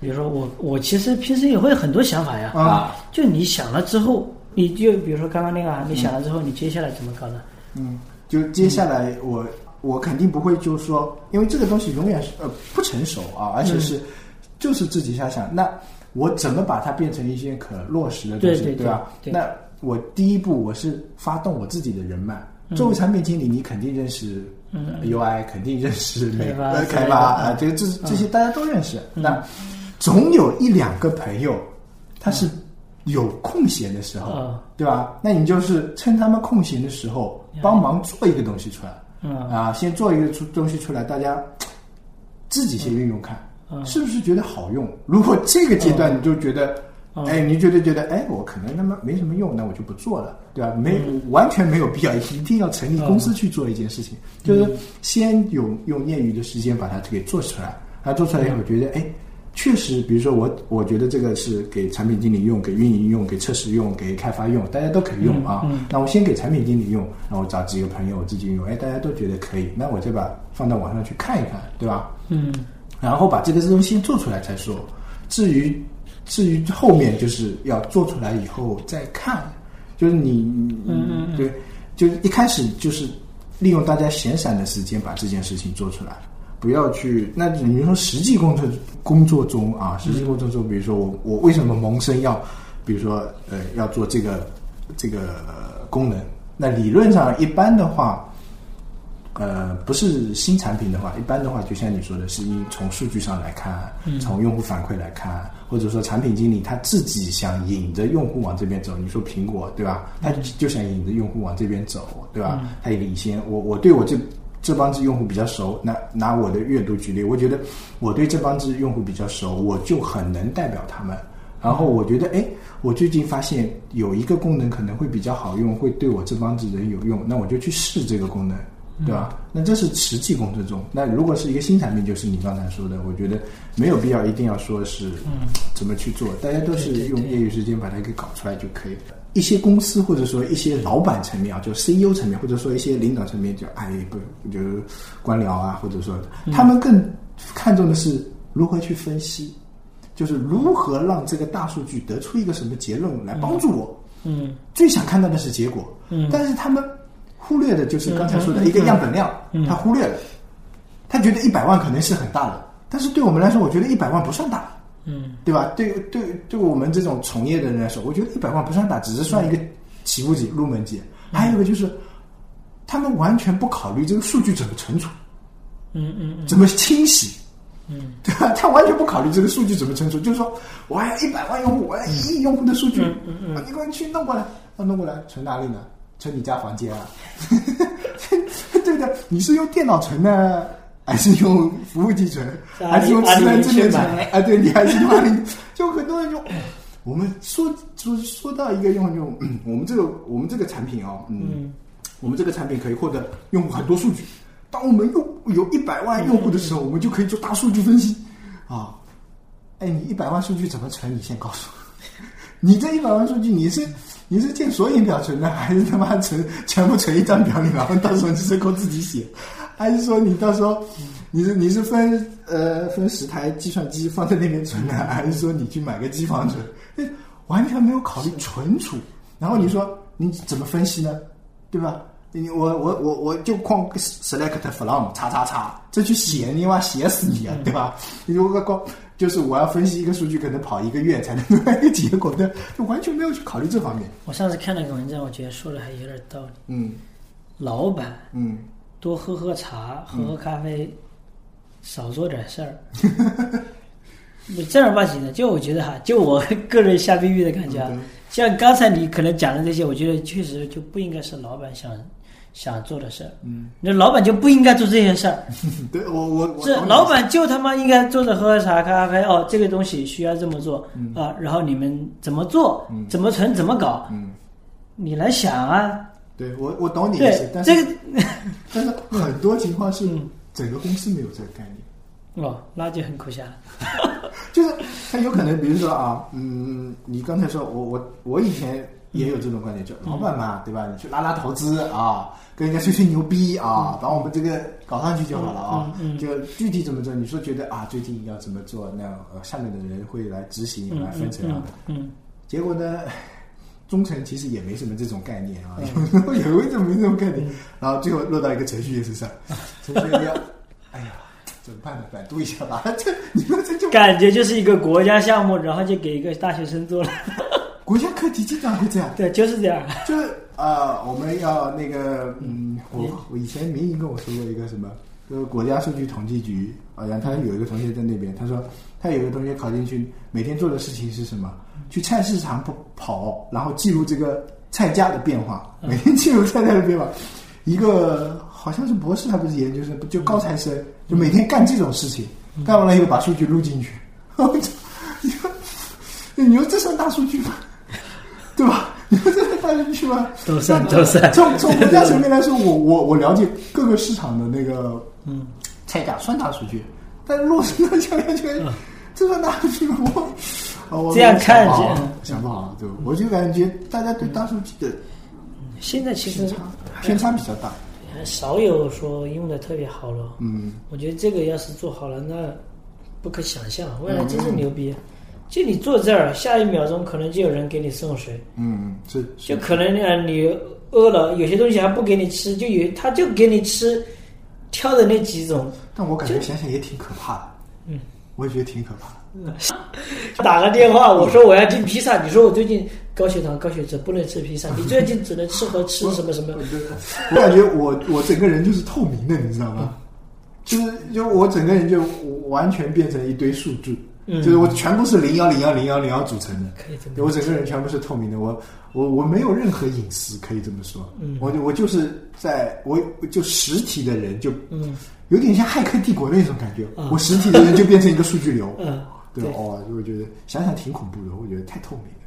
Speaker 2: 比如说我我其实平时也会有很多想法呀，
Speaker 1: 啊，
Speaker 2: 就你想了之后，你就比如说刚刚那个啊，你想了之后，你接下来怎么搞呢？
Speaker 1: 嗯，就接下来我、我肯定不会就说，因为这个东西永远是呃不成熟啊，而
Speaker 2: 嗯
Speaker 1: 且是、就是自己瞎想。那我怎么把它变成一些可落实的东西，
Speaker 2: 对对对
Speaker 1: 吧？
Speaker 2: 对
Speaker 1: 那我第一步我是发动我自己的人脉。作为产品经理，你肯定认识
Speaker 2: 嗯
Speaker 1: UI，肯定认识美
Speaker 2: 开发嗯
Speaker 1: 呃开
Speaker 2: 之
Speaker 1: 发
Speaker 2: 类的
Speaker 1: 啊，这这这些大家都认识。那总有一两个朋友，他是有空闲的时候，
Speaker 2: 嗯
Speaker 1: 对吧？那你就是趁他们空闲的时候，
Speaker 2: 嗯
Speaker 1: 帮忙做一个东西出来
Speaker 2: 嗯
Speaker 1: 啊，先做一个出东西出来，大家自己先用用看，
Speaker 2: 嗯
Speaker 1: 是不是觉得好用？如果这个阶段你就觉得。
Speaker 2: 嗯
Speaker 1: 哎，你觉得觉得哎，我可能他妈没什么用，那我就不做了，对吧？没
Speaker 2: 嗯
Speaker 1: 完全没有必要，一定要成立公司去做一件事情，
Speaker 2: 嗯
Speaker 1: 就是先有用业余的时间把它给做出来，它做出来以后觉得哎，确实，比如说我我觉得这个是给产品经理用、给运营用、给测试用、给开发用，大家都可以用啊。
Speaker 2: 嗯嗯
Speaker 1: 那我先给产品经理用，然后我找几个朋友我自己用，哎，大家都觉得可以，那我再把放到网上去看一看，对吧？
Speaker 2: 嗯
Speaker 1: 然后把这个东西做出来再说。至于至于后面就是要做出来以后再看，就是你
Speaker 2: 嗯嗯嗯
Speaker 1: 对，就是一开始就是利用大家闲散的时间把这件事情做出来，不要去那你说实际工作工作中啊，实际工作中，比如说我我为什么萌生要，比如说呃要做这个这个呃功能，那理论上一般的话。呃，不是新产品的话，一般的话，就像你说的，是因从数据上来看，从用户反馈来看，或者说产品经理他自己想引着用户往这边走。你说苹果对吧？他就想引着用户往这边走，对吧？他领先我，我对我这这帮子用户比较熟，那拿我的阅读举例，我觉得我对这帮子用户比较熟，我就很能代表他们。然后我觉得，哎，我最近发现有一个功能可能会比较好用，会对我这帮子人有用，那我就去试这个功能，对吧？那这是实际工作中。那如果是一个新产品，就是你刚才说的，我觉得没有必要一定要说是
Speaker 2: 嗯
Speaker 1: 怎么去做，大家都是
Speaker 2: 对对
Speaker 1: 用
Speaker 2: 对
Speaker 1: 业余时间把它给搞出来就可以了。一些公司或者说一些老板层面啊，就 CEO 层面，或者说一些领导层面，就哎不就是官僚啊，或者说
Speaker 2: 嗯
Speaker 1: 他们更看重的是如何去分析，就是如何让这个大数据得出一个什么结论来帮助我。
Speaker 2: 嗯
Speaker 1: 最想看到的是结果，
Speaker 2: 嗯
Speaker 1: 但是他们忽略的就是刚才说的
Speaker 2: 嗯嗯
Speaker 1: 一个样本量，
Speaker 2: 嗯
Speaker 1: 他忽略了，他觉得一百万可能是很大的，但是对我们来说，我觉得一百万不算大。
Speaker 2: 嗯
Speaker 1: 对吧？对对对，我们这种从业的人来说，我觉得一百万不算大，只是算一个起步级、入门级。
Speaker 2: 嗯
Speaker 1: 还有一个就是，他们完全不考虑这个数据怎么存储、
Speaker 2: 嗯嗯
Speaker 1: 怎么清洗，
Speaker 2: 嗯
Speaker 1: 对吧？他完全不考虑这个数据怎么存储，就是说，我还有一百万用户，我还有一亿用户的数据，
Speaker 2: 嗯嗯嗯
Speaker 1: 啊你给我去弄过来，啊，弄过来存哪里呢？存你家房间啊？ 对的，你是用电脑存呢，还是用服务器存，
Speaker 2: 在
Speaker 1: 还是用
Speaker 2: 阿里
Speaker 1: 智能智能存
Speaker 2: 阿里云去买？
Speaker 1: 啊，对，你还是用阿里，就很多人就。我们说说说到一个用户，就嗯我们这个我们这个产品哦，嗯
Speaker 2: 嗯，
Speaker 1: 我们这个产品可以获得用户很多数据。当我们用有一百万用户的时候，我们就可以做大数据分析啊。哎，你一百万数据怎么存？你先告诉我，你这一百万数据你是你是建索引表存的，还是他妈存全部存一张表里，然后到时候你只够自己写，还是说你到时候你是你是分呃分十台计算机放在那边存的，还是说你去买个机房存？那完全没有考虑存储。然后你说你怎么分析呢？对吧？你我我我我就框 select from 叉叉叉，这去写
Speaker 2: 嗯
Speaker 1: 你妈写死你啊，对吧？你如果光就是我要分析一个数据，可能跑一个月才能出来一个结果，对，就完全没有去考虑这方面。
Speaker 2: 我上次看了一个文章，我觉得说的还有点道理。
Speaker 1: 嗯
Speaker 2: 老板
Speaker 1: 嗯，
Speaker 2: 多喝喝茶，喝喝咖啡，少做点事儿。我正儿八经的，就我觉得哈，就我个人瞎逼逼的感觉啊
Speaker 1: 嗯对，
Speaker 2: 像刚才你可能讲的这些，我觉得确实就不应该是老板想想做的事儿。
Speaker 1: 嗯，
Speaker 2: 那老板就不应该做这些事儿。
Speaker 1: 对我我我
Speaker 2: 这老板就他妈应该坐着喝喝茶、咖啡哦，这个东西需要这么做啊，然后你们怎么做
Speaker 1: 嗯、
Speaker 2: 怎么存、怎么搞，
Speaker 1: 嗯，
Speaker 2: 你来想啊。
Speaker 1: 对我我懂你意思
Speaker 2: 对，，
Speaker 1: 但是、
Speaker 2: 这个
Speaker 1: 但是很多情况是
Speaker 2: 嗯
Speaker 1: 整个公司没有这个概念。
Speaker 2: 哦，垃圾很口下。
Speaker 1: 就是他有可能，比如说啊，嗯，你刚才说我我我以前也有这种观点，
Speaker 2: 嗯
Speaker 1: 就老板嘛，对吧？你去拉拉投资啊，跟人家吹吹牛逼啊，把我们这个搞上去就好了啊。
Speaker 2: 嗯嗯嗯嗯
Speaker 1: 就具体怎么做，你说觉得啊，最近要怎么做，那呃下面的人会来执行，
Speaker 2: 嗯
Speaker 1: 来分
Speaker 2: 嗯
Speaker 1: 成啊
Speaker 2: 嗯。嗯，
Speaker 1: 结果呢，中层其实也没什么这种概念啊，
Speaker 2: 嗯
Speaker 1: 有时候也为什么没这种概念，然后最后落到一个程序员 身上，程序员要，哎呀，怎么办呢？百度一下吧， 这你们这就
Speaker 2: 感觉就是一个国家项目，然后就给一个大学生做了。
Speaker 1: 国家课题经常会这样，
Speaker 2: 对，就是这样。
Speaker 1: 就是啊、呃我们要那个，嗯，我我以前民营跟我说过一个什么，就是国家数据统计局，好像他有一个同学在那边，他说他有一个同学考进去，每天做的事情是什么？去菜市场跑跑，然后记录这个菜价的变化，每天记录菜价的变化。一个好像是博士还不是研究生，就高材生，就每天干这种事情，干完了以后把数据录进去， 然后就你说你说这算大数据吗？ 对吧？你说这算大数据吗？
Speaker 2: 都算都算
Speaker 1: 从从国家层面来 说，我我我了解各个市场的那个
Speaker 2: 嗯，
Speaker 1: 菜价算大数据，但落实到教研圈，这算大数据吗？我啊我
Speaker 2: 嗯这样看
Speaker 1: 想不好
Speaker 2: 这样
Speaker 1: 想不好，对吧，我就感觉大家对大数据的
Speaker 2: 现在其
Speaker 1: 偏
Speaker 2: 实
Speaker 1: 差偏差比较大。
Speaker 2: 少有说用的特别好了。
Speaker 1: 嗯，
Speaker 2: 我觉得这个要是做好了，那不可想象，未来真是牛逼。就你坐这儿，下一秒钟可能就有人给你送水，
Speaker 1: 嗯，这
Speaker 2: 就可能呃你饿了，有些东西还不给你吃，就有他就给你吃挑的那几种，
Speaker 1: 但我感觉想想也挺可怕的。
Speaker 2: 嗯，
Speaker 1: 我也觉得挺可怕的。
Speaker 2: 打个电话，我说我要订披萨，你说我最近高血糖、高血脂不能吃披萨，你最近只能吃和吃什么什么
Speaker 1: 我。觉得 我感觉我我整个人就是透明的，你知道吗？就是就我整个人就完全变成一堆数据，
Speaker 2: 嗯
Speaker 1: 就是我全部是零幺零幺零幺零幺组成的。
Speaker 2: 可以这么
Speaker 1: 我整个人全部是透明的，我我我没有任何隐私，可以这么说。
Speaker 2: 嗯
Speaker 1: 我我就是在我就实体的人就
Speaker 2: 嗯
Speaker 1: 有点像骇客帝国那种感觉，
Speaker 2: 嗯
Speaker 1: 我实体的人就变成一个数据流，
Speaker 2: 嗯
Speaker 1: 对吧？哦，我觉得想想挺恐怖的，我觉得太透明了。